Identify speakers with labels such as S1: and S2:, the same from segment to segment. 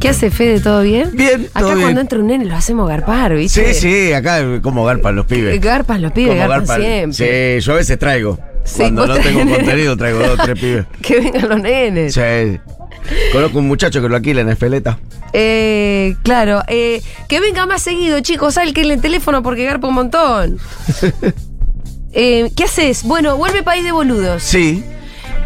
S1: ¿Qué hace Fede? ¿Todo bien?
S2: Bien,
S1: Acá
S2: todo bien.
S1: cuando entra un nene lo hacemos garpar, ¿viste?
S2: Sí, sí, acá como garpan los pibes.
S1: Garpan los pibes,
S2: Como
S1: garpan,
S2: garpan.
S1: siempre.
S2: Sí, yo a veces traigo.
S1: Sí,
S2: Cuando
S1: vos
S2: no
S1: traes
S2: tengo
S1: nene.
S2: contenido traigo dos, tres pibes.
S1: Que vengan los nenes.
S2: Sí. Conozco un muchacho que lo alquila en Esfeleta.
S1: Eh, claro, eh, que venga más seguido, chicos, salquenle el teléfono porque garpa un montón. Eh, ¿Qué haces? Bueno, vuelve país de boludos.
S2: Sí.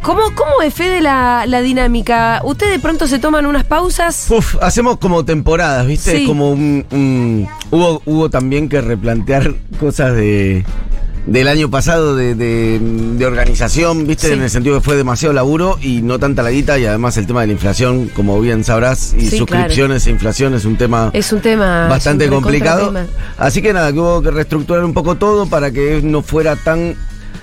S1: ¿Cómo, cómo es Fede la, la dinámica? ¿Ustedes de pronto se toman unas pausas?
S2: Uf, hacemos como temporadas, ¿viste?
S1: Sí.
S2: Es como un, un- Hubo, hubo también que replantear cosas de. Del año pasado de, de- de organización, ¿viste?
S1: Sí.
S2: En el sentido que fue demasiado laburo y no tanta la guita, y además el tema de la inflación, como bien sabrás, y
S1: Sí,
S2: suscripciones e inflación es un tema
S1: Es un tema es
S2: bastante
S1: un recontra
S2: complicado.
S1: tema.
S2: Así que nada, que hubo que reestructurar un poco todo para que no fuera tan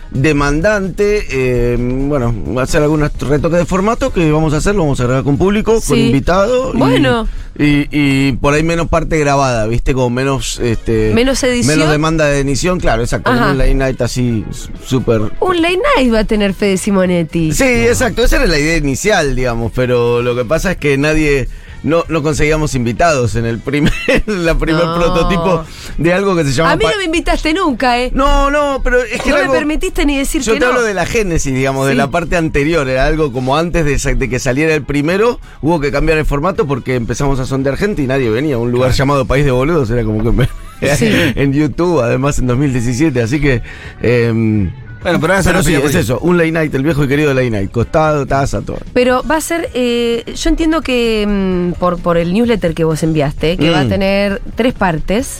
S2: demandante. eh, bueno, hacer algunos retoques de formato que vamos a hacer, lo vamos a grabar con público, con
S1: Sí.
S2: invitado. y-
S1: Bueno.
S2: Y, y por ahí menos parte grabada, ¿viste? Como menos. Este,
S1: Menos edición.
S2: Menos demanda de edición, claro, exacto. como
S1: Ajá.
S2: Un late night así s- súper.
S1: Un late night va a tener Fede Simonetti.
S2: Sí, exacto, esa era la idea inicial, digamos, pero lo que pasa es que nadie, no, no conseguíamos invitados en el primer, en la primer
S1: No.
S2: prototipo de algo que se llama...
S1: A mí
S2: pa-
S1: no me invitaste nunca, ¿eh?
S2: no, no, pero es que
S1: no
S2: era
S1: me
S2: algo-
S1: permitiste ni decir
S2: Yo
S1: que
S2: te
S1: no.
S2: hablo de la génesis, digamos, de
S1: Sí.
S2: la parte anterior, era algo como antes de, sa- de que saliera el primero, hubo que cambiar el formato porque empezamos a sondear gente y nadie venía, un lugar llamado País de Boludos, era como que... me-
S1: Sí.
S2: en YouTube, además en 2017, así que... em,
S3: Bueno, pero ahora se
S2: pero
S3: nos
S2: sí,
S3: pide
S2: es
S3: cualquier-
S2: eso, un late night, el viejo y querido late night, costado, taza, todo.
S1: Pero va a ser, eh, yo entiendo que mm, por, por el newsletter que vos enviaste, que
S2: Mm.
S1: va a tener tres partes,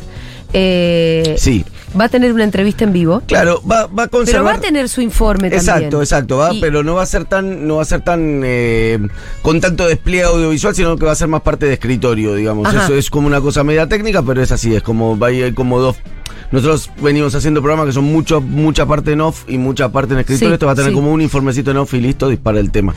S1: eh,
S2: Sí.
S1: va a tener una entrevista en vivo,
S2: Claro, va, va a
S1: pero
S2: conservar.
S1: va a tener su informe también.
S2: Exacto, exacto, va,
S1: Y-
S2: pero no va a ser tan, no va a ser tan eh, con tanto despliegue audiovisual, sino que va a ser más parte de escritorio, digamos.
S1: Ajá.
S2: Eso es como una cosa media técnica, pero es así, es como hay hay como dos. Nosotros venimos haciendo programas que son mucho, mucha parte en off y mucha parte en escritorio.
S1: Sí,
S2: Esto va a tener
S1: sí.
S2: como un informecito en off y listo, dispara el tema.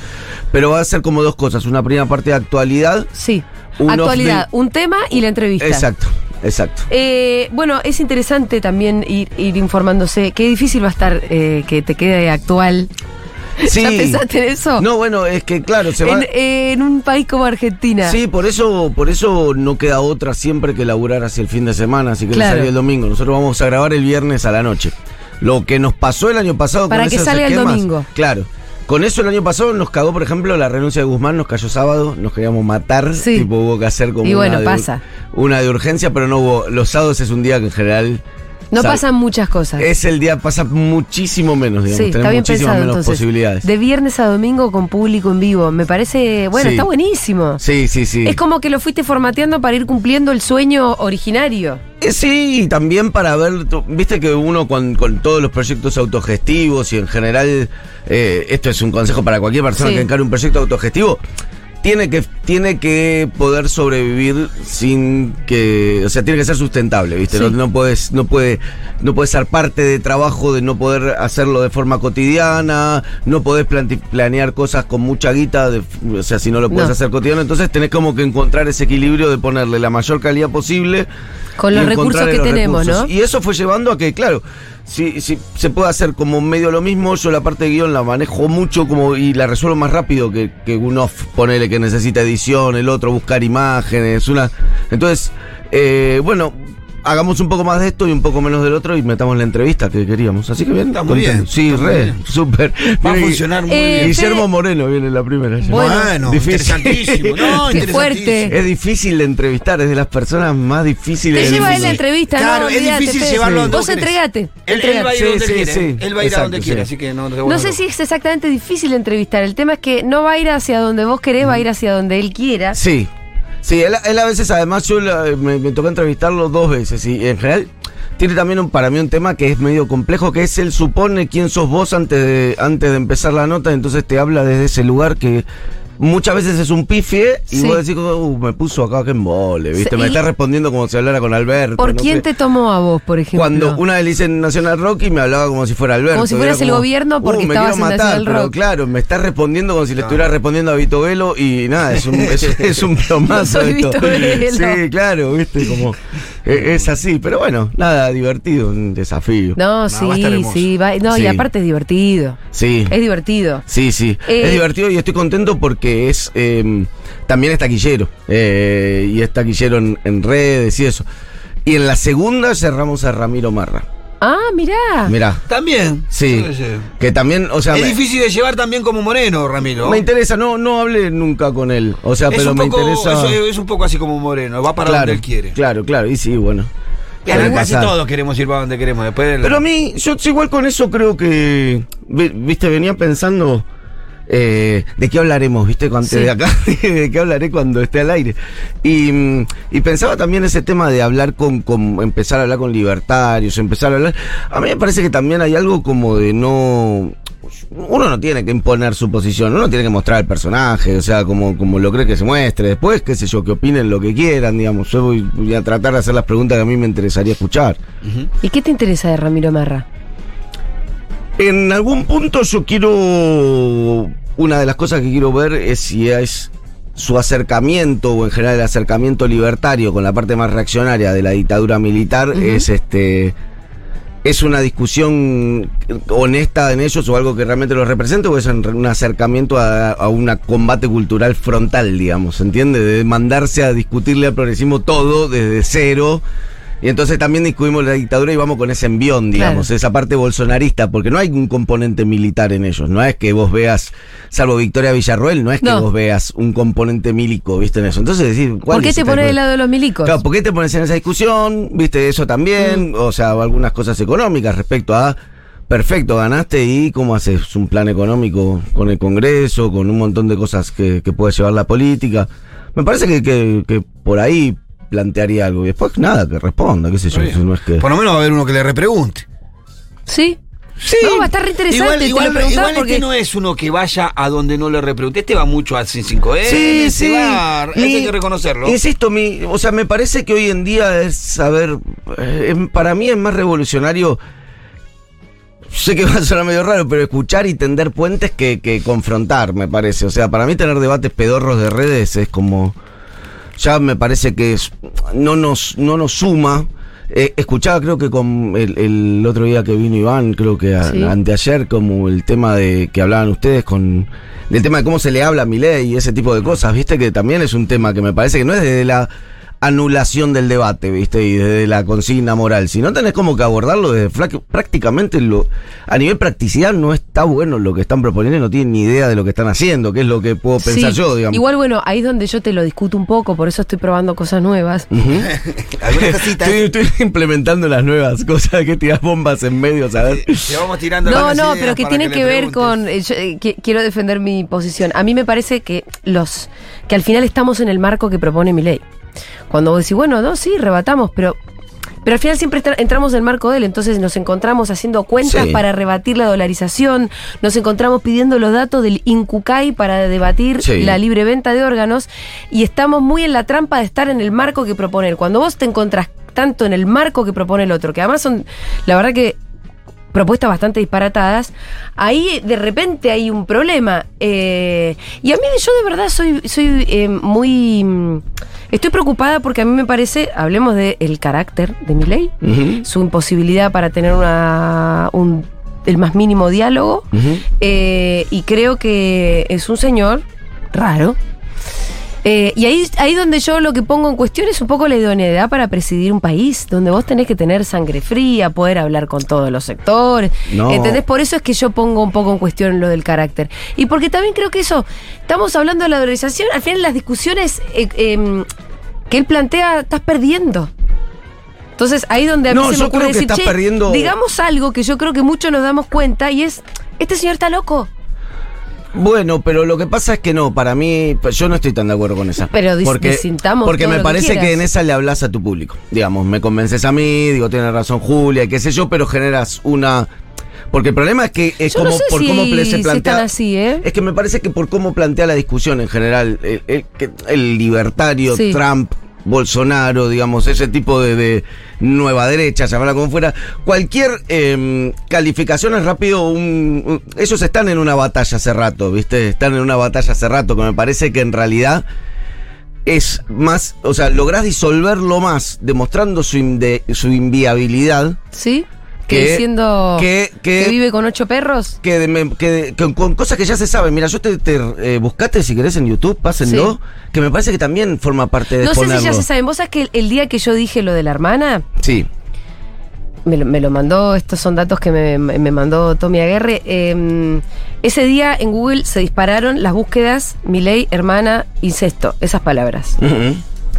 S2: Pero va a ser como dos cosas. Una primera parte de actualidad.
S1: Sí.
S2: Un
S1: Actualidad,
S2: off
S1: un tema y la entrevista.
S2: Exacto, exacto.
S1: Eh, bueno, es interesante también ir, ir informándose. Qué difícil va a estar eh, que te quede actual.
S2: Sí.
S1: ¿Ya pensaste en eso?
S2: No, bueno, es que claro, se va.
S1: En, en un país como Argentina.
S2: Sí, por eso, por eso no queda otra siempre que laburar hacia el fin de semana, así que
S1: Claro.
S2: salir el domingo. Nosotros vamos a grabar el viernes a la noche. Lo que nos pasó el año pasado
S1: Para
S2: con
S1: que
S2: esos
S1: salga el
S2: esquemas,
S1: domingo.
S2: Claro. Con eso el año pasado nos cagó, por ejemplo, la renuncia de Guzmán, nos cayó sábado, nos queríamos matar,
S1: Sí.
S2: tipo hubo que hacer como
S1: Y bueno,
S2: una, de,
S1: pasa.
S2: una de urgencia, pero no hubo. Los sábados es un día que en general
S1: no
S2: sal-
S1: pasan muchas cosas.
S2: Es el día pasa muchísimo menos, digamos,
S1: Sí, está
S2: tenemos
S1: bien
S2: muchísimas
S1: pensado
S2: menos
S1: entonces.
S2: posibilidades.
S1: De viernes a domingo con público en vivo. Me parece, bueno,
S2: Sí.
S1: está buenísimo.
S2: Sí, sí, sí.
S1: Es como que lo fuiste formateando para ir cumpliendo el sueño originario.
S2: Eh, Sí, y también para ver, tú- viste que uno con, con todos los proyectos autogestivos y en general, eh, esto es un consejo para cualquier persona
S1: Sí.
S2: que encare un proyecto autogestivo, tiene que, tiene que poder sobrevivir sin que, o sea, tiene que ser sustentable, viste,
S1: Sí.
S2: no, no puedes, no puede, no puedes ser parte de trabajo de no poder hacerlo de forma cotidiana, no podés planti- planear cosas con mucha guita, de- o sea, si no lo puedes
S1: No.
S2: hacer cotidiano, entonces tenés como que encontrar ese equilibrio de ponerle la mayor calidad posible
S1: Con los
S2: y
S1: recursos
S2: encontrarle
S1: que
S2: los
S1: tenemos,
S2: recursos.
S1: ¿no?
S2: Y eso fue llevando a que, claro, si, si se puede hacer como medio lo mismo, yo la parte de guión la manejo mucho como y la resuelvo más rápido que, que un off, ponele que necesita edición, el otro buscar imágenes, una. Entonces, eh, bueno. Hagamos un poco más de esto y un poco menos del otro y metamos la entrevista que queríamos. Así que bien.
S3: Está muy
S2: contento.
S3: bien,
S2: Sí,
S3: está muy
S2: re,
S3: bien.
S2: súper.
S3: Va a
S2: Viene
S3: funcionar muy
S1: Eh,
S3: bien.
S2: Guillermo
S1: Fede-
S2: Moreno viene la primera. ya.
S1: Bueno,
S2: difícil.
S3: interesantísimo. No,
S1: Qué
S3: interesantísimo.
S1: fuerte.
S2: Es difícil de entrevistar, es de las personas más difíciles.
S1: Te
S2: del
S1: lleva él la
S2: mundo.
S1: entrevista,
S3: Claro,
S1: ¿no?
S3: es
S1: Olvídate,
S3: difícil
S1: Fede.
S3: llevarlo a donde
S1: Vos
S3: querés.
S1: entregate.
S3: Él, él
S1: entregate.
S3: va a ir a
S2: Sí,
S3: donde
S2: sí,
S3: quiere. ¿eh?
S2: sí.
S3: Él va a ir a donde
S2: Exacto,
S3: quiere,
S2: sí.
S3: así que no te
S1: No sé si es exactamente difícil entrevistar. El tema es que no va a ir hacia donde vos querés, va a ir hacia donde él quiera.
S2: Sí. Sí, él, él a veces, además, yo la- me, me tocó entrevistarlo dos veces y en general tiene también un- para mí un tema que es medio complejo, que es él supone quién sos vos antes de, antes de empezar la nota, entonces te habla desde ese lugar que muchas veces es un pifie y
S1: Sí.
S2: vos decís, "Uh, me puso acá que embole, ¿viste?
S1: Sí,
S2: me
S1: y-
S2: está respondiendo como si hablara con Alberto.
S1: ¿Por
S2: no
S1: quién
S2: sé.
S1: te tomó a vos, por ejemplo?
S2: Cuando una vez le hice en Nacional Rock y me hablaba como si fuera Alberto.
S1: Como si
S2: era
S1: fueras el gobierno porque
S2: "Uh, me
S1: estabas
S2: quiero
S1: en
S2: matar",
S1: Nacional
S2: pero
S1: Rock.
S2: claro, me está respondiendo como si le estuviera respondiendo a Vito Velo y nada, es un, es, es un plomazo
S1: No soy
S2: esto.
S1: Vito Velo.
S2: Sí, claro, viste, como eh, es así, pero bueno, nada, divertido, un desafío.
S1: No,
S3: No, va a estar
S1: sí,
S3: hermoso.
S1: sí. va- no, y
S2: Sí.
S1: aparte es divertido.
S2: Sí.
S1: Es divertido.
S2: Sí, sí.
S1: Eh,
S2: es divertido y estoy contento porque que es eh, también es taquillero. eh, y es taquillero en, en redes y eso. Y en la segunda cerramos a Ramiro Marra.
S1: Ah, mirá.
S2: Mirá.
S3: También.
S2: Sí.
S3: Yo qué sé.
S2: Que también, o sea.
S3: Es
S2: me-
S3: difícil de llevar también como Moreno, Ramiro.
S2: Me interesa, no, no hablé nunca con él. O sea,
S3: Es
S2: pero
S3: un
S2: me
S3: poco-
S2: interesa.
S3: Es, es un poco así como Moreno, va para donde él quiere.
S2: Claro, claro, y sí, bueno.
S3: Pero
S2: Puede
S3: casi
S2: pasar.
S3: todos queremos ir para donde queremos. Después del-
S2: Pero a mí, yo igual con eso creo que. vi- Viste, venía pensando. eh, ¿De qué hablaremos, viste? Cuando,
S1: Sí.
S2: De acá, ¿de qué hablaré cuando esté al aire? Y, mm, y pensaba también ese tema de hablar con, con. empezar a hablar con libertarios, empezar a hablar. A mí me parece que también hay algo como de no. Uno no tiene que imponer su posición, uno tiene que mostrar el personaje, o sea, como, como lo cree que se muestre. Después, qué sé yo, que opinen lo que quieran, digamos. Yo voy, voy a tratar de hacer las preguntas que a mí me interesaría escuchar.
S3: Ujú.
S1: ¿Y qué te interesa de Ramiro Marra?
S2: En algún punto yo quiero. Una de las cosas que quiero ver es si es su acercamiento, o en general el acercamiento libertario con la parte más reaccionaria de la dictadura militar, es este. ¿Es una discusión honesta en ellos o algo que realmente los represente o es en- un acercamiento a, a un combate cultural frontal, digamos? ¿Entiende? De mandarse a discutirle al progresismo todo desde cero. Y entonces también discutimos la dictadura y vamos con ese envión, digamos,
S1: Claro.
S2: esa parte bolsonarista, porque no hay un componente militar en ellos. No es que vos veas, salvo Victoria Villarroel, no es que
S1: No.
S2: vos veas un componente milico, ¿viste? En eso. Entonces decir, ¿cuál
S1: ¿Por qué
S2: es
S1: te
S2: esta
S1: pones
S2: discusión?
S1: del lado de los milicos?
S2: Claro, ¿por qué te pones en esa discusión? ¿Viste eso
S1: Mm.
S2: también? O sea, algunas cosas económicas respecto a. Perfecto, ganaste y cómo haces un plan económico con el Congreso, con un montón de cosas que, que puede llevar la política. Me parece que, que- que por ahí plantearía algo. Y después nada, que responda, qué sé yo.
S3: Está bien.
S2: si no es que...
S3: Por lo menos va a haber uno que le repregunte.
S1: Sí.
S3: Sí.
S1: No, va a estar re interesante, te lo
S3: Igual,
S1: preguntaba
S3: igual
S1: porque-
S3: este no es uno que vaya a donde no le repregunte. Este va mucho al 5 e
S2: Sí, sí.
S3: este hay que reconocerlo.
S2: Insisto, mi, o sea, me parece que hoy en día es saber. eh, em, para mí es más revolucionario. Sé que va a sonar medio raro, pero escuchar y tender puentes que, que confrontar, me parece. O sea, para mí tener debates pedorros de redes es como. Ya me parece que es- no, nos, no nos suma. Eh, escuchaba, creo que con el, el otro día que vino Iván, creo que a-
S1: Sí.
S2: anteayer, como el tema de que hablaban ustedes con. del tema de cómo se le habla a Milei y ese tipo de cosas, ¿viste? Que también es un tema que me parece que no es desde la anulación del debate, ¿viste? Y desde la consigna moral, sino tenés como que abordarlo desde frac- prácticamente lo. a nivel practicidad no está bueno lo que están proponiendo, y no tienen ni idea de lo que están haciendo, que es lo que puedo pensar
S1: Sí.
S2: yo, digamos.
S1: Igual, bueno, ahí es donde yo te lo discuto un poco, por eso estoy probando cosas nuevas.
S2: Ujú.
S3: Algunas cositas.
S2: Estoy, estoy implementando las nuevas cosas que tiras bombas en medio, ¿sabes?
S3: Te vamos tirando
S1: No,
S3: algunas
S1: no,
S3: ideas
S1: pero que
S3: eh, para
S1: tiene que,
S3: le
S1: ver
S3: preguntes.
S1: con. eh, yo, eh, qui- quiero defender mi posición. A mí me parece que los. que al final estamos en el marco que propone mi ley. Cuando vos decís, bueno, no, sí, rebatamos, pero. Pero al final siempre estra- entramos en el marco de él, entonces nos encontramos haciendo cuentas
S2: Sí.
S1: para rebatir la dolarización, nos encontramos pidiendo los datos del INCUCAI para debatir
S2: Sí.
S1: la libre venta de órganos y estamos muy en la trampa de estar en el marco que propone él. Cuando vos te encontrás tanto en el marco que propone el otro, que además son, la verdad que propuestas bastante disparatadas, ahí de repente hay un problema. Eh, y a mí yo de verdad soy, soy eh, muy... mm, Estoy preocupada porque a mí me parece, hablemos del carácter de mi ley,
S2: Ujú,
S1: su imposibilidad para tener una, un- el más mínimo diálogo,
S2: ujú.
S1: eh, y creo que es un señor raro. Eh, y ahí, ahí donde yo lo que pongo en cuestión es un poco la idoneidad para presidir un país, donde vos tenés que tener sangre fría, poder hablar con todos los sectores.
S2: No.
S1: ¿Entendés? Por eso es que yo pongo un poco en cuestión lo del carácter. Y porque también creo que eso, estamos hablando de la dolarización, al final las discusiones eh, em, que él plantea, estás perdiendo. Entonces ahí donde a mí
S2: No,
S1: se me
S2: yo
S1: ocurre
S2: creo que
S1: decir,
S2: estás
S1: "Che,
S2: perdiendo-
S1: digamos algo que yo creo que muchos nos damos cuenta y es, este señor está loco.
S2: Bueno, pero lo que pasa es que no, para mí, pues, yo no estoy tan de acuerdo con esa.
S1: Pero dis- disintamos
S2: Porque
S1: todo
S2: me
S1: lo que
S2: parece que,
S1: quieras.
S2: en esa le hablas a tu público. Digamos, me convences a mí, digo, tiene razón Julia, y qué sé yo, pero generas una. Porque el problema es que es
S1: Yo no
S2: como
S1: sé
S2: por
S1: si-
S2: cómo ple- se
S1: si
S2: plantea.
S1: están así, ¿eh?
S2: Es que me parece que por cómo plantea la discusión en general, el, el- que- el libertario,
S1: Sí.
S2: Trump, Bolsonaro, digamos, ese tipo de, de nueva derecha, llamarla como fuera, cualquier em, calificación es rápido, un, un- ellos están en una batalla hace rato, ¿viste? Están en una batalla hace rato, que me parece que en realidad es más, o sea, lográs disolverlo más, demostrando su, inde- su inviabilidad
S1: ¿Sí? que, diciendo
S2: que, que-
S1: que vive con ocho perros.
S2: que de- me- que- que con cosas que ya se saben. Mira, yo te, te, eh, buscate si querés en YouTube, pásenlo,
S1: Sí.
S2: que me parece que también forma parte de
S1: No sé si ya
S2: ponerlo.
S1: se saben. Vos sabés que el, el día que yo dije lo de la hermana,
S2: Sí.
S1: me lo, me lo mandó, estos son datos que me, me mandó Tommy Aguerre. eh, ese día en Google se dispararon las búsquedas Miley, hermana, incesto, esas palabras.
S2: Ujú.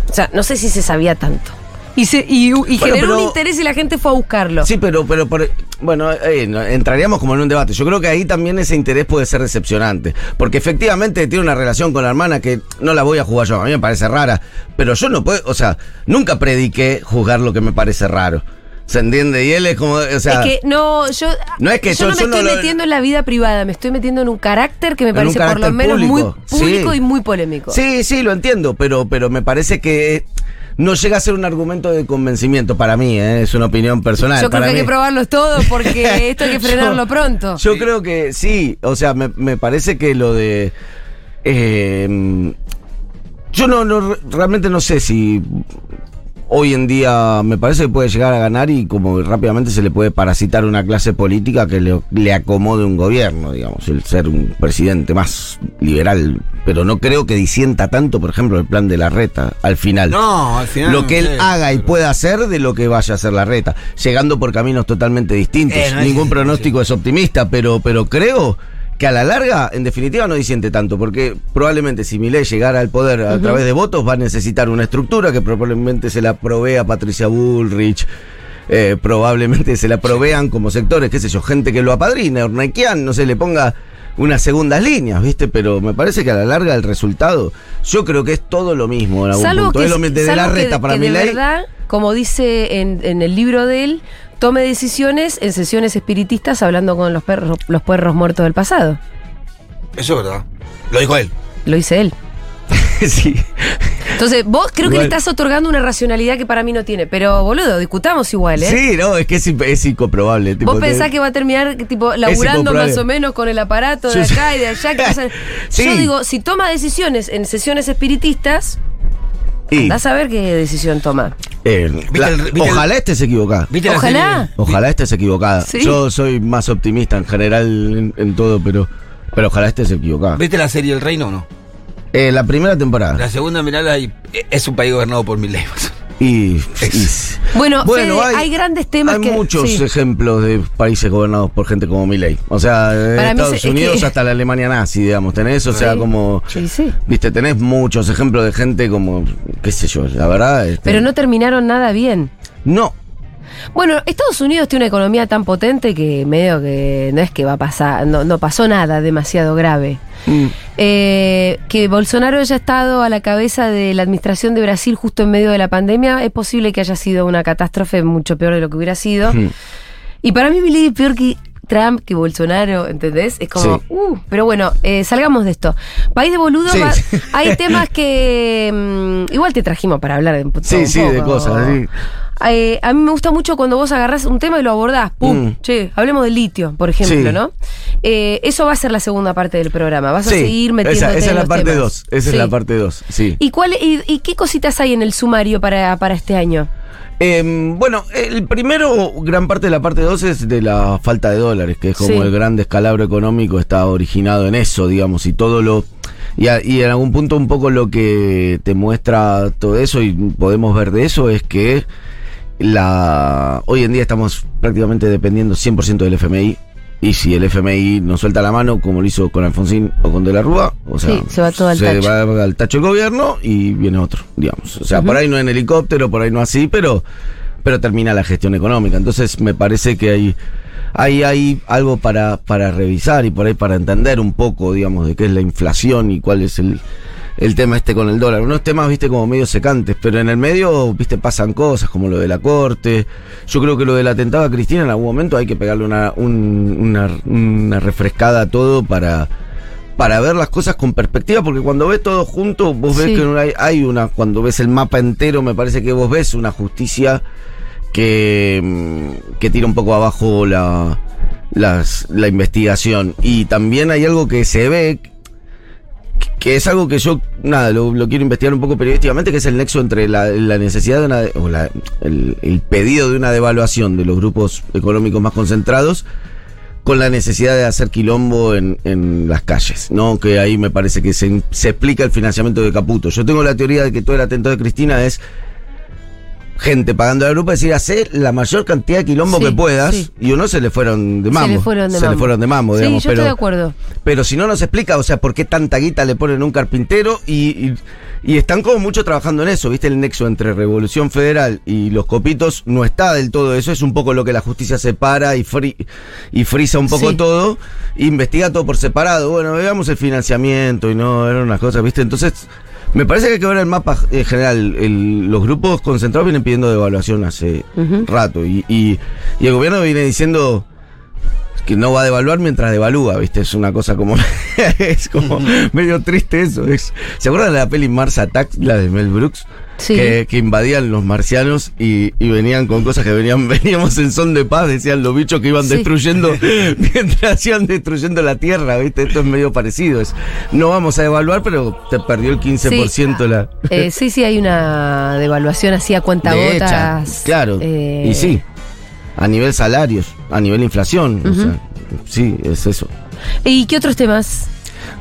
S1: O sea, no sé si se sabía tanto. Y, se, y, y generó
S2: pero-
S1: un interés y la gente fue a buscarlo.
S2: Sí, pero, pero, por- bueno, eh, no, entraríamos como en un debate. Yo creo que ahí también ese interés puede ser decepcionante. Porque efectivamente tiene una relación con la hermana que no la voy a jugar yo. A mí me parece rara. Pero yo no puedo, o sea, nunca prediqué juzgar lo que me parece raro. ¿Se entiende? Y él es como, o sea,
S1: es que no, yo,
S2: No es que
S1: yo
S2: yo-
S1: no me
S2: yo no
S1: estoy
S2: lo-
S1: metiendo en la vida privada, me estoy metiendo en un carácter que me
S2: En
S1: parece
S2: un
S1: por lo
S2: carácter
S1: menos
S2: público,
S1: muy público
S2: sí.
S1: y muy polémico.
S2: Sí, sí, lo entiendo, pero, pero me parece que eh, no llega a ser un argumento de convencimiento para mí, ¿eh? es una opinión personal.
S1: yo creo
S2: para
S1: que hay
S2: mí.
S1: que probarlos todos porque esto hay que
S2: Yo-
S1: frenarlo pronto.
S2: Yo creo que sí, o sea, me, me parece que lo de... eh, yo no, no, realmente no sé si hoy en día me parece que puede llegar a ganar y como rápidamente se le puede parasitar una clase política que le, le acomode un gobierno, digamos, el ser un presidente más liberal. Pero no creo que disienta tanto, por ejemplo, el plan de la reta al final.
S3: No, al final.
S2: Lo que él
S3: eh,
S2: haga y
S3: pero-
S2: pueda hacer de lo que vaya a hacer la reta, llegando por caminos totalmente distintos.
S3: Eh, no es-
S2: Ningún pronóstico es optimista, pero, pero creo que a la larga, en definitiva, no disiente tanto, porque probablemente si Milei llegara al poder a través de votos, va a necesitar una estructura que probablemente se la provea Patricia Bullrich. eh, probablemente se la provean como sectores, qué sé yo, gente que lo apadrina, Ornequian, no se le ponga unas segundas líneas, ¿viste? Pero me parece que a la larga el resultado, yo creo que es todo lo mismo en algún punto. es lo mi- de, la
S1: salvo que-
S2: reta para
S1: que
S2: mi
S1: de verdad, como dice en, en el libro de él, tome decisiones en sesiones espiritistas hablando con los perros, los perros muertos del pasado.
S3: Eso es verdad. Lo dijo él.
S1: Lo dice él.
S2: sí.
S1: Entonces, vos creo que
S2: Igual.
S1: le estás otorgando una racionalidad que para mí no tiene. Pero, boludo, discutamos igual, ¿eh?
S2: Sí, no, es que es, imp- es incomprobable. tipo,
S1: Vos
S2: te-
S1: pensás que va a terminar tipo laburando
S2: incomprobable.
S1: más o menos con el aparato de
S2: Sí,
S1: acá
S2: sí.
S1: y de allá. que pasan-
S2: Sí.
S1: Yo digo, si toma decisiones en sesiones espiritistas,
S2: Y,
S1: vas a ver qué decisión toma.
S2: eh, la-
S3: el- viste el-
S2: ojalá estés equivocada.
S3: ¿Viste la
S1: Ojalá.
S3: serie?
S2: Ojalá estés equivocada.
S1: Sí.
S2: Yo soy más optimista en general en, en todo, pero, pero ojalá estés equivocada.
S3: ¿Viste la serie El Reino o no?
S2: Eh, la primera temporada.
S3: La segunda, mirala y eh, es un país gobernado por mil leyes.
S2: Y,
S3: Ex.
S2: y-
S1: Bueno, Fede, hay grandes temas
S2: hay
S1: que-
S2: muchos
S1: sí.
S2: ejemplos de países gobernados por gente como Milley. O sea, de
S1: Para mí
S2: Estados
S1: se- es
S2: Unidos
S1: que-
S2: hasta la Alemania nazi, digamos, tenés, o sea,
S1: Sí.
S2: como
S1: Sí, sí.
S2: viste, tenés muchos ejemplos de gente como qué sé yo, la verdad este,
S1: Pero no terminaron nada bien.
S2: no
S1: Bueno, Estados Unidos tiene una economía tan potente que medio que no es que va a pasar, no, no pasó nada demasiado grave. Eh, que Bolsonaro haya estado a la cabeza de la administración de Brasil justo en medio de la pandemia, es posible que haya sido una catástrofe mucho peor de lo que hubiera sido.
S2: Mm.
S1: Y para mí Milei es peor que Trump, que Bolsonaro, ¿entendés? Es como,
S2: Sí.
S1: uh, pero bueno, eh, salgamos de esto. País de boludos,
S2: Sí.
S1: va- hay temas que mm, igual te trajimos para hablar de un
S2: Sí,
S1: un
S2: sí, de cosas, sí.
S1: Eh, a mí me gusta mucho cuando vos agarrás un tema y lo abordás. Pum,
S2: Mm.
S1: che, hablemos del litio, por ejemplo,
S2: Sí.
S1: ¿no? Eh, eso va a ser la segunda parte del programa. Vas a
S2: Sí,
S1: seguir metiéndote
S2: Esa, esa
S1: en
S2: es la
S1: los
S2: parte
S1: temas.
S2: 2. Esa
S1: Sí.
S2: es la parte 2, sí.
S1: ¿Y, cuál, y, y qué cositas hay en el sumario para, para este año?
S2: Em, bueno, el primero, gran parte de la parte 2 es de la falta de dólares, que es como
S1: Sí.
S2: el gran descalabro económico está originado en eso, digamos, y todo lo... Y, a- y en algún punto un poco lo que te muestra todo eso y podemos ver de eso es que la hoy en día estamos prácticamente dependiendo 100% del FMI. Y si el FMI nos suelta la mano, como lo hizo con Alfonsín o con De la Rúa, o sea,
S1: Sí, se va todo al
S2: se
S1: tacho.
S2: va al tacho el gobierno y viene otro, digamos. O sea, por ahí no en helicóptero, por ahí no así, pero, pero termina la gestión económica. Entonces me parece que hay, hay, hay algo para, para revisar y por ahí para entender un poco, digamos, de qué es la inflación y cuál es el, el tema este con el dólar. Unos temas, viste, como medio secantes, pero en el medio, viste, pasan cosas como lo de la corte. Yo creo que lo del atentado a Cristina en algún momento hay que pegarle una, un- una, una refrescada a todo para, para ver las cosas con perspectiva, porque cuando ves todo junto, vos ves
S1: Sí.
S2: que no hay, hay una, cuando ves el mapa entero, me parece que vos ves una justicia que, mm, que tira un poco abajo la, las- la investigación. Y también hay algo que se ve que es algo que yo, nada, lo, lo quiero investigar un poco periodísticamente, que es el nexo entre la, la necesidad de una, o la- el, el pedido de una devaluación de los grupos económicos más concentrados con la necesidad de hacer quilombo en, en las calles, ¿no? Que ahí me parece que se, se explica el financiamiento de Caputo. Yo tengo la teoría de que todo el atentado de Cristina es gente pagando a la grupa, decir, hace la mayor cantidad de quilombo
S1: Sí,
S2: que puedas,
S1: sí.
S2: y uno se le fueron de mamo.
S1: se le fueron de
S2: Se le
S1: mambo.
S2: fueron de mambo,
S1: Sí,
S2: digamos,
S1: yo
S2: pero...
S1: estoy de acuerdo.
S2: Pero si no nos explica, o sea, por qué tanta guita le ponen a un carpintero y, y- y están como mucho trabajando en eso, ¿viste? El nexo entre Revolución Federal y los copitos no está del todo eso, es un poco lo que la justicia separa y, fri- y frisa un poco
S1: Sí.
S2: todo, e investiga todo por separado. Bueno, veamos el financiamiento y no, eran unas cosas, ¿viste? Entonces, me parece que hay que ver el mapa en general. El- los grupos concentrados vienen pidiendo devaluación hace
S1: Ujú.
S2: rato y, y- y el gobierno viene diciendo que no va a devaluar mientras devalúa, ¿viste? Es una cosa como. es como medio triste eso. Es, ¿Se acuerdan de la peli Mars Attacks, la de Mel Brooks?
S1: Sí.
S2: Que, que invadían los marcianos y, y venían con cosas que venían, veníamos en son de paz, decían los bichos que iban
S1: Sí.
S2: destruyendo mientras iban destruyendo la tierra, ¿viste? Esto es medio parecido. Es, no vamos a devaluar, pero te perdió el 15% la.
S1: Eh, sí, sí, hay una devaluación así a
S2: de hecha.
S1: cuentagotas.
S2: Claro.
S1: eh,
S2: Y sí. A nivel salarios, a nivel inflación. o
S1: Ujú.
S2: sea, sí, es eso.
S1: ¿Y qué otros temas?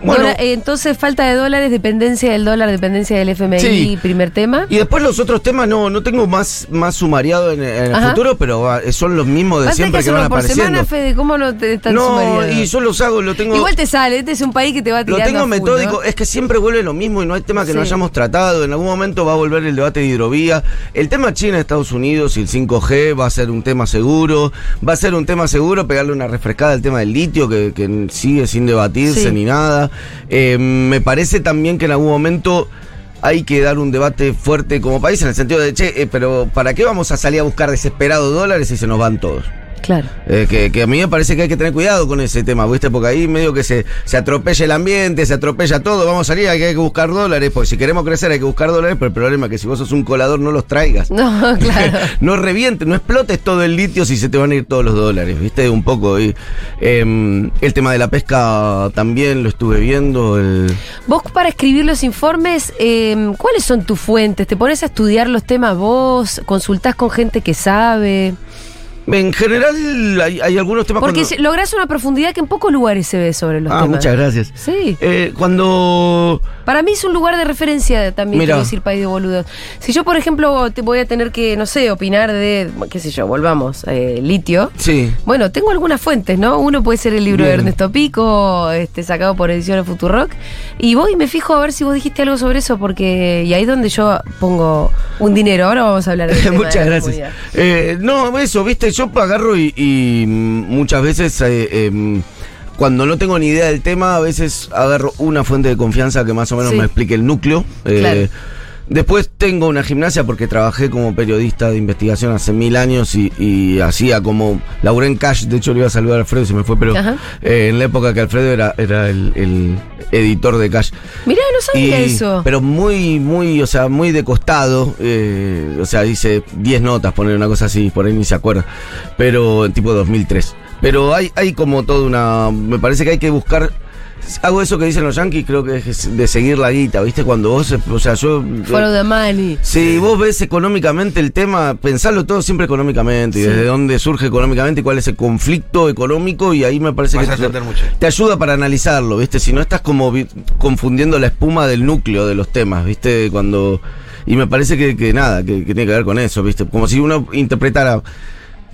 S2: Bueno.
S1: Dola- eh, entonces, falta de dólares, dependencia del dólar, dependencia del FMI,
S2: Sí.
S1: primer tema.
S2: Y después los otros temas no, no tengo más, más sumariado en, en el
S1: Ajá.
S2: futuro, pero ah, son los mismos de
S1: Vas a tener
S2: siempre que van
S1: hacerlo por
S2: apareciendo.
S1: semana, Fede, ¿cómo no te están
S2: no,
S1: sumariado?
S2: y yo los hago, lo tengo.
S1: Igual te sale, este es un país que te va a
S2: Lo
S1: tirar.
S2: tengo metódico, eh. es que siempre vuelve lo mismo y no hay tema que no
S1: Sí.
S2: hayamos tratado. En algún momento va a volver el debate de hidrovía. El tema China-Estados Unidos y el 5G va a ser un tema seguro. Va a ser un tema seguro pegarle una refrescada al tema del litio que, que sigue sin debatirse
S1: Sí.
S2: ni nada. Eh, me parece también que en algún momento hay que dar un debate fuerte como país en el sentido de, che, eh, pero ¿para qué vamos a salir a buscar desesperados dólares si se nos van todos?
S1: Claro.
S2: Eh, que, que a mí me parece que hay que tener cuidado con ese tema, ¿viste? Porque ahí medio que se, se atropella el ambiente, se atropella todo, vamos a salir, hay que, hay que buscar dólares, porque si queremos crecer hay que buscar dólares, pero el problema es que si vos sos un colador no los traigas.
S1: No, claro.
S2: no revientes, no explotes todo el litio si se te van a ir todos los dólares, ¿viste? Un poco. y, em, el tema de la pesca también lo estuve viendo. el-
S1: Vos para escribir los informes, eh, ¿cuáles son tus fuentes? ¿Te pones a estudiar los temas vos? ¿Consultás con gente que sabe?
S2: En general hay, hay algunos temas...
S1: Porque
S2: cuando-
S1: si- lográs una profundidad que en pocos lugares se ve sobre los
S2: Ah,
S1: temas.
S2: muchas gracias.
S1: Sí.
S2: Eh, cuando...
S1: Para mí es un lugar de referencia también,
S2: Mira.
S1: quiero decir, país de boludos. Si yo, por ejemplo, te voy a tener que, no sé, opinar de, qué sé yo, volvamos, eh, litio.
S2: Sí.
S1: Bueno, tengo algunas fuentes, ¿no? Uno puede ser el libro de
S2: Bien.
S1: Ernesto Pico, este, sacado por Ediciones Futurock. Y voy y me fijo a ver si vos dijiste algo sobre eso, porque. Y ahí es donde yo pongo un dinero. Ahora vamos a hablar del tema de
S2: Muchas
S1: la
S2: gracias.
S1: comunidad.
S2: Eh, no, eso, viste, yo agarro y, y, mm, muchas veces, eh, em, cuando no tengo ni idea del tema, a veces agarro una fuente de confianza que más o menos
S1: Sí.
S2: me explique el núcleo. Eh,
S1: Claro.
S2: Después tengo una gimnasia porque trabajé como periodista de investigación hace mil años y, y hacía como. Laburé en Cash, de hecho le iba a saludar a Alfredo, se me fue, pero
S1: Ajá.
S2: eh, en la época que Alfredo era, era el, el editor de Cash.
S1: Mirá, no sabía
S2: Y-
S1: eso.
S2: Pero muy, muy, o sea, muy de costado. eh, o sea, dice 10 notas, poner una cosa así, por ahí ni se acuerda. Pero tipo 2003. Pero hay, hay como toda una. Me parece que hay que buscar. Hago eso que dicen los yankees, creo que es de seguir la guita, ¿viste? Cuando vos. O sea, yo.
S1: Follow the money.
S2: Si vos ves económicamente el tema, pensalo todo siempre económicamente y
S1: Sí.
S2: desde dónde surge económicamente y cuál es el conflicto económico y ahí me parece
S3: Vas
S2: que
S3: a
S2: te-
S3: entender mucho.
S2: te ayuda para analizarlo, ¿viste? Si no estás como vi- confundiendo la espuma del núcleo de los temas, ¿viste? Cuando y me parece que, que nada, que, que tiene que ver con eso, ¿viste? Como si uno interpretara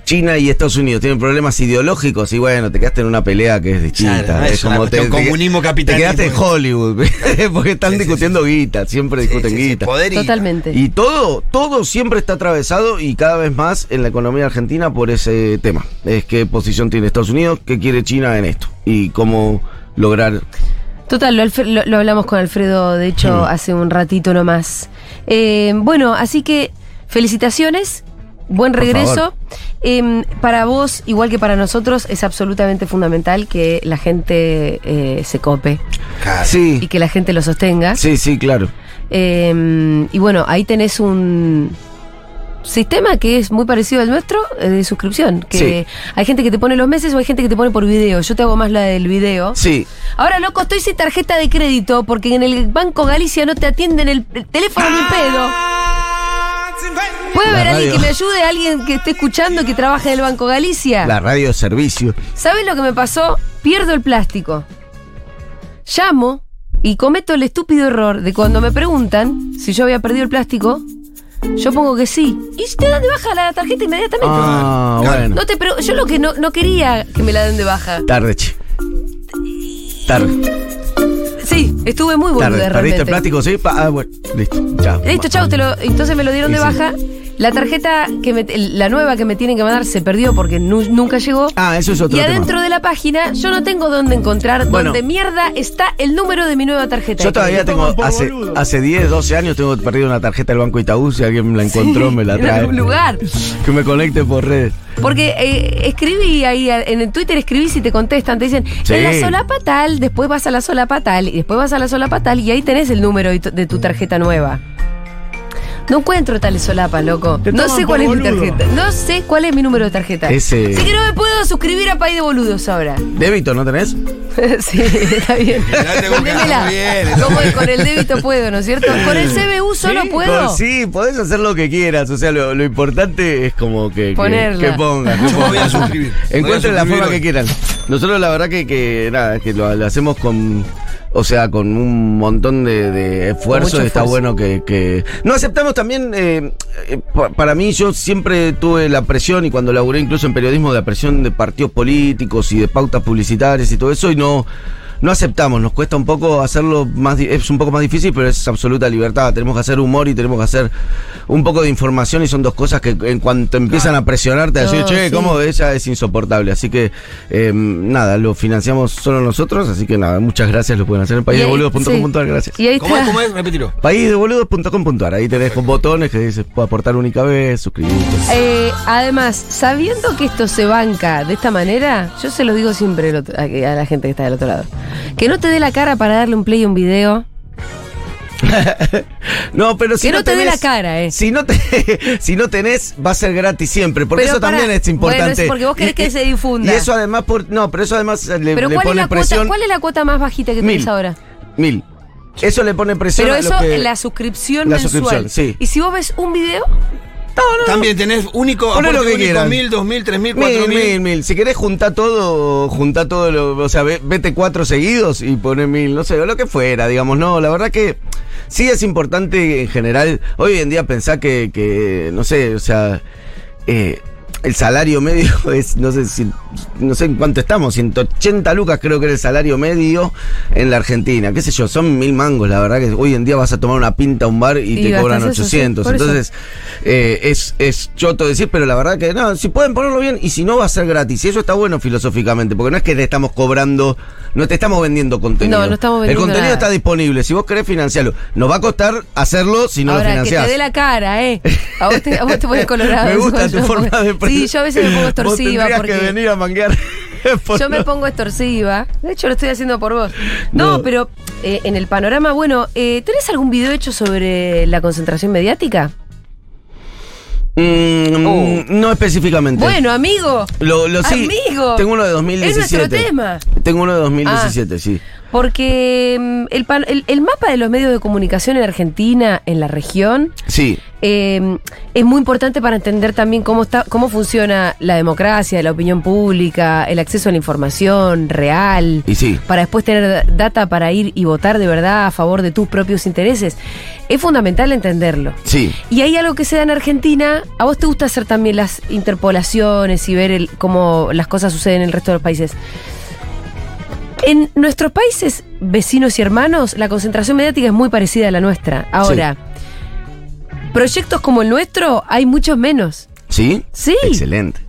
S2: China y Estados Unidos tienen problemas ideológicos y bueno, te quedaste en una pelea que es distinta.
S3: Claro,
S2: es
S3: es una
S2: como te,
S3: cuestión
S2: te-
S3: comunismo,
S2: te
S3: capitalismo.
S2: quedaste en Hollywood, porque están
S3: Sí, sí,
S2: discutiendo guita, siempre discuten
S3: Sí, sí, sí,
S2: guita.
S3: poder y-
S1: Totalmente.
S2: Y todo, todo siempre está atravesado y cada vez más en la economía argentina por ese tema. Es qué posición tiene Estados Unidos, qué quiere China en esto y cómo lograr.
S1: Total, lo, Alfre- lo- lo hablamos con Alfredo, de hecho, hace un ratito nomás. Eh, bueno, así que felicitaciones, buen
S2: Por
S1: regreso.
S2: favor.
S1: Eh, para vos, igual que para nosotros, es absolutamente fundamental que la gente eh, se cope
S3: Claro.
S1: y
S2: Sí,
S1: que la gente lo sostenga. Em,
S2: sí, sí, claro.
S1: Eh, y bueno, ahí tenés un sistema que es muy parecido al nuestro eh, de suscripción. Que hay gente que te pone los meses o hay gente que te pone por video. Yo te hago más la del video.
S2: Sí.
S1: Ahora, loco, estoy sin tarjeta de crédito porque en el Banco Galicia no te atienden el, el teléfono ni pedo. ¿Puede
S2: La
S1: haber alguien
S2: radio.
S1: que me ayude? ¿Alguien que esté escuchando que trabaje en el Banco Galicia?
S2: La radio de servicio.
S1: ¿Sabes lo que me pasó? Pierdo el plástico. Llamo y cometo el estúpido error de cuando me preguntan si yo había perdido el plástico, yo pongo que sí. Y te dan de baja la tarjeta inmediatamente.
S2: Ah, bueno.
S1: No te pregu- yo lo que no, no quería que me la den de baja.
S2: Tarde, che. Tarde.
S1: Sí, estuve muy boluda
S2: Tarde. ¿Perdiste
S1: realmente.
S2: el plástico? Sí. Pa- ah, bueno. Listo. Chao.
S1: Listo, chao, te lo, entonces me lo dieron
S2: Sí,
S1: de
S2: sí.
S1: baja. La tarjeta, que me- la nueva que me tienen que mandar se perdió porque nu- nunca llegó.
S2: Ah, eso es otro
S1: Y
S2: tema.
S1: adentro de la página yo no tengo dónde encontrar
S2: Bueno.
S1: dónde mierda está el número de mi nueva tarjeta.
S2: Yo todavía
S1: de
S2: tengo, hace, hace 10, 12 años tengo perdido una tarjeta del Banco Itaú, si alguien me la encontró me la
S1: en
S2: trae.
S1: algún lugar.
S2: Que me conecte por redes.
S1: crédito. Porque eh, escribí ahí, a- en el Twitter escribí si te contestan, te dicen,
S2: Sí.
S1: en la solapa tal, después vas a la solapa tal, y después vas a la solapa tal, y ahí tenés el número y tu- de tu tarjeta nueva. No encuentro tal solapa, loco.
S4: Te
S1: No
S4: toman
S1: sé cuál es
S4: por
S1: mi
S4: boludo.
S1: tarjeta. No sé cuál es mi número de tarjeta.
S2: Ese-
S1: Así que no me puedo suscribir a País de Boludos ahora.
S2: Débito, ¿no tenés?
S1: sí, está bien.
S3: Ya te buscas muy
S1: Démela.
S3: bien, está
S1: Como con el débito puedo, ¿no es cierto? Con el CBU solo puedo.
S2: Con- Pues sí, podés hacer lo que quieras. O sea, lo, lo importante es como que, que-
S1: Ponerla.
S2: que pongas. que
S3: Yo me voy a
S2: pongas.
S3: suscribir. Me voy a
S2: Encuentren la
S3: suscribir
S2: forma
S3: hoy.
S2: que quieran. Nosotros la verdad que, que nada, que lo, lo hacemos con. O sea, con un montón de, de esfuerzo
S1: Mucho
S2: y está
S1: esfuerzo.
S2: bueno que, que- No aceptamos también. eh, eh, pa- para mí, yo siempre tuve la presión, y cuando laburé incluso en periodismo, de la presión de partidos políticos y de pautas publicitarias y todo eso, y no. No aceptamos, nos cuesta un poco hacerlo más, di- es un poco más difícil, pero es absoluta libertad. Tenemos que hacer humor y tenemos que hacer un poco de información y son dos cosas que en cuanto empiezan a presionarte a decir,
S1: No,
S2: che,
S1: sí.
S2: ¿cómo ella es insoportable? Así que eh, nada, lo financiamos solo nosotros, así que nada, muchas gracias, lo pueden hacer en paísdeboludos.com.ar, gracias.
S1: Y ahí
S3: ¿Cómo
S1: está.
S3: es? ¿Cómo es? Repítelo.
S2: Paísdeboludos.com.ar, ahí tenés con botones que dice, puedo aportar única vez, suscribirte.
S1: Eh, además, sabiendo que esto se banca de esta manera, yo se los digo siempre el otro- a, a la gente que está del otro lado, que no te dé la cara para darle un play a un video.
S2: No, pero si
S1: Que no te dé
S2: tenés-
S1: la cara, eh.
S2: Si no, te, si no tenés, va a ser gratis siempre. Porque
S1: Pero
S2: eso
S1: pará,
S2: también es
S1: bueno, es
S2: importante.
S1: porque vos querés
S2: Y-
S1: que
S2: y-
S1: se difunda.
S2: Y eso además, por, no, pero eso además eh, le,
S1: Pero
S2: le
S1: ¿cuál es,
S2: pone
S1: la cuota,
S2: presión.
S1: ¿cuál es la cuota más bajita que
S2: Mil.
S1: tenés ahora?
S2: Mil. Eso le pone presión
S1: Pero
S2: a los
S1: eso,
S2: que-
S1: en la suscripción
S2: la
S1: mensual.
S2: suscripción, sí.
S1: Y si vos ves un video,
S3: También tenés único,
S2: Poné lo
S3: aporte
S2: que
S3: único,
S2: quieran.
S3: mil, dos mil, tres mil,
S2: Mil,
S3: cuatro
S2: mil,
S3: mil.
S2: mil. Si querés juntar todo, juntar todo, lo- o sea, ve- vete cuatro seguidos y poné mil, no sé, o lo que fuera, digamos, no, la verdad que sí es importante en general, hoy en día pensar que, que, no sé, o sea, eh, el salario medio es, no sé, si, no sé en cuánto estamos, 180 lucas creo que era el salario medio en la Argentina, qué sé yo, son mil mangos, la verdad que hoy en día vas a tomar una pinta a un bar y,
S1: Y
S2: te
S1: gastás
S2: cobran
S1: eso, sí,
S2: 800,
S1: por eso.
S2: entonces... Eh, es, es choto decir, pero la verdad que no, si pueden ponerlo bien y si no va a ser gratis. Y eso está bueno filosóficamente, porque no es que te estamos cobrando, no te estamos vendiendo contenido.
S1: No, no estamos vendiendo
S2: El contenido
S1: nada.
S2: está disponible, si vos querés financiarlo. Nos va a costar hacerlo si no lo
S1: ahora que
S2: financiás.
S1: te dé la cara, ¿eh? A vos te, a vos te pones colorado.
S2: me gusta tu
S1: Yo-
S2: forma de
S1: Sí, yo a veces me pongo extorsiva.
S2: Vos tendrías
S1: porque...
S2: que venir a manguear. por
S1: Yo me
S2: no-
S1: pongo extorsiva. De hecho, lo estoy haciendo por vos. No,
S2: No.
S1: pero eh, en el panorama, bueno, eh, ¿tenés algún video hecho sobre la concentración mediática?
S2: Mm,
S3: Oh.
S2: No específicamente.
S1: Bueno, amigo.
S2: Lo, lo sí.
S1: Amigo.
S2: Tengo uno de
S1: Es
S2: 2017.
S1: nuestro tema. Ah.
S2: Tengo uno de 2017, sí.
S1: Porque mm, el, pan- el- el mapa de los medios de comunicación en Argentina, en la región,
S2: Sí.
S1: eh, es muy importante para entender también cómo, está, cómo funciona la democracia, la opinión pública, el acceso a la información real.
S2: Y sí.
S1: para después tener data para ir y votar de verdad a favor de tus propios intereses. Es fundamental entenderlo.
S2: Sí.
S1: Y hay algo que se da en Argentina. ¿A vos te gusta hacer también las interpolaciones y ver el- cómo las cosas suceden en el resto de los países? En nuestros países vecinos y hermanos, la concentración mediática es muy parecida a la nuestra. Ahora, proyectos como el nuestro hay muchos menos.
S2: ¿Sí?
S1: Sí.
S2: Excelente.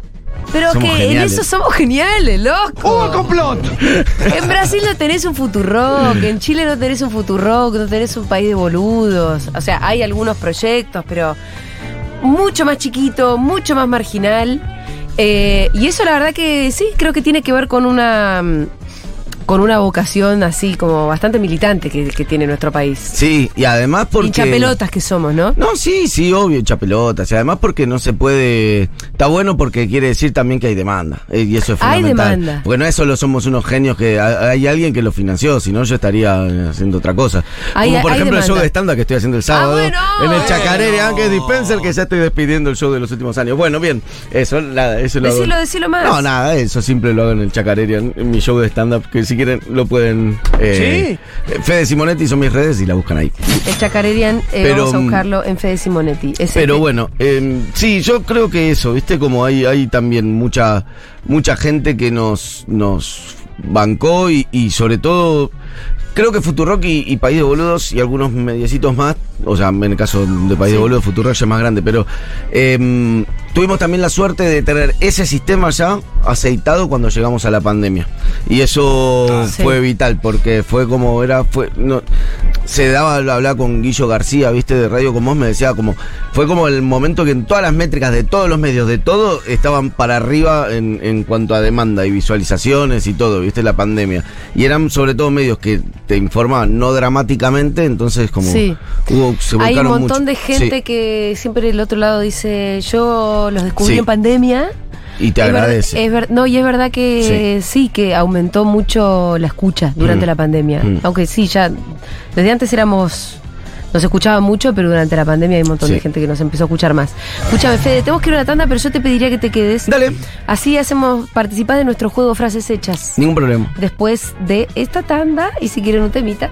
S1: Pero
S2: Somos
S1: que
S2: geniales.
S1: en eso somos geniales, loco.
S4: complot!
S1: En Brasil no tenés un futurock, en Chile no tenés un futurock, no tenés un país de boludos. O sea, hay algunos proyectos, pero mucho más chiquito, mucho más marginal. Eh, y eso la verdad que sí, creo que tiene que ver con una mm, con una vocación así como bastante militante que, que tiene nuestro país.
S2: Sí, y además porque...
S1: Hinchapelotas que somos, ¿no?
S2: No, sí, sí, obvio, chapelotas. Y además porque no se puede. Está bueno porque quiere decir también que hay demanda. eh, Y eso es
S1: Hay
S2: fundamental.
S1: demanda.
S2: Porque no es solo somos unos genios que ha- hay alguien que lo financió, si no yo estaría eh, haciendo otra cosa.
S1: Hay-
S2: Como por
S1: hay
S2: ejemplo el show
S1: demanda. Ah,
S2: de stand que estoy haciendo el sábado.
S1: bueno,
S2: en el
S1: bueno.
S2: Chacarere Anques Dispenser, que ya estoy despidiendo el show de los últimos años. Bueno, bien, eso, nada, eso lo hago.
S1: Decilo, decilo más.
S2: No, nada, eso siempre lo hago en el Chacarere, en, en mi show de stand-up, que si quieren lo pueden. eh, Fede Simonetti son mis redes y la buscan ahí.
S1: El Chacarerian, eh,
S2: Pero,
S1: vamos a
S2: mm,
S1: buscarlo en Fede Simonetti. Es este.
S2: Pero bueno, eh, sí, yo creo que eso, ¿viste? Como hay, hay también mucha, mucha gente que nos, nos bancó y, y sobre todo, creo que Futurock y, y País de Boludos y algunos mediecitos más, o sea, en el caso de País de Boludos, Futurock ya es más grande, pero eh, tuvimos también la suerte de tener ese sistema ya aceitado cuando llegamos a la pandemia. Y eso
S3: Ah,
S1: sí.
S2: fue vital porque fue como era fue no se daba hablar con Guillo García viste de radio con vos me decía como fue como el momento que en todas las métricas de todos los medios de todo estaban para arriba en, en cuanto a demanda y visualizaciones y todo viste la pandemia y eran sobre todo medios que te informaban no dramáticamente entonces como
S1: Sí.
S2: hubo-
S1: Hay
S2: se
S1: un
S2: volcaron
S1: montón
S2: mucho.
S1: de gente
S2: Sí,
S1: que siempre del otro lado dice, yo los descubrí
S2: Sí.
S1: en pandemia.
S2: y te
S1: Es eh, ver-
S2: agradece
S1: es ver- no, y es verdad que sí, que aumentó mucho la escucha durante
S2: Mm.
S1: la pandemia.
S2: Mm.
S1: Aunque sí, ya desde antes éramos... Nos escuchaba mucho, pero durante la pandemia hay un montón
S2: Sí.
S1: de gente que nos empezó a escuchar más. Escúchame, Fede, tenemos que ir a una tanda, pero yo te pediría que te quedes.
S2: dale
S1: Así hacemos, participás de nuestro juego Frases Hechas.
S2: ningún problema
S1: Después de esta tanda, y si quieren un temita,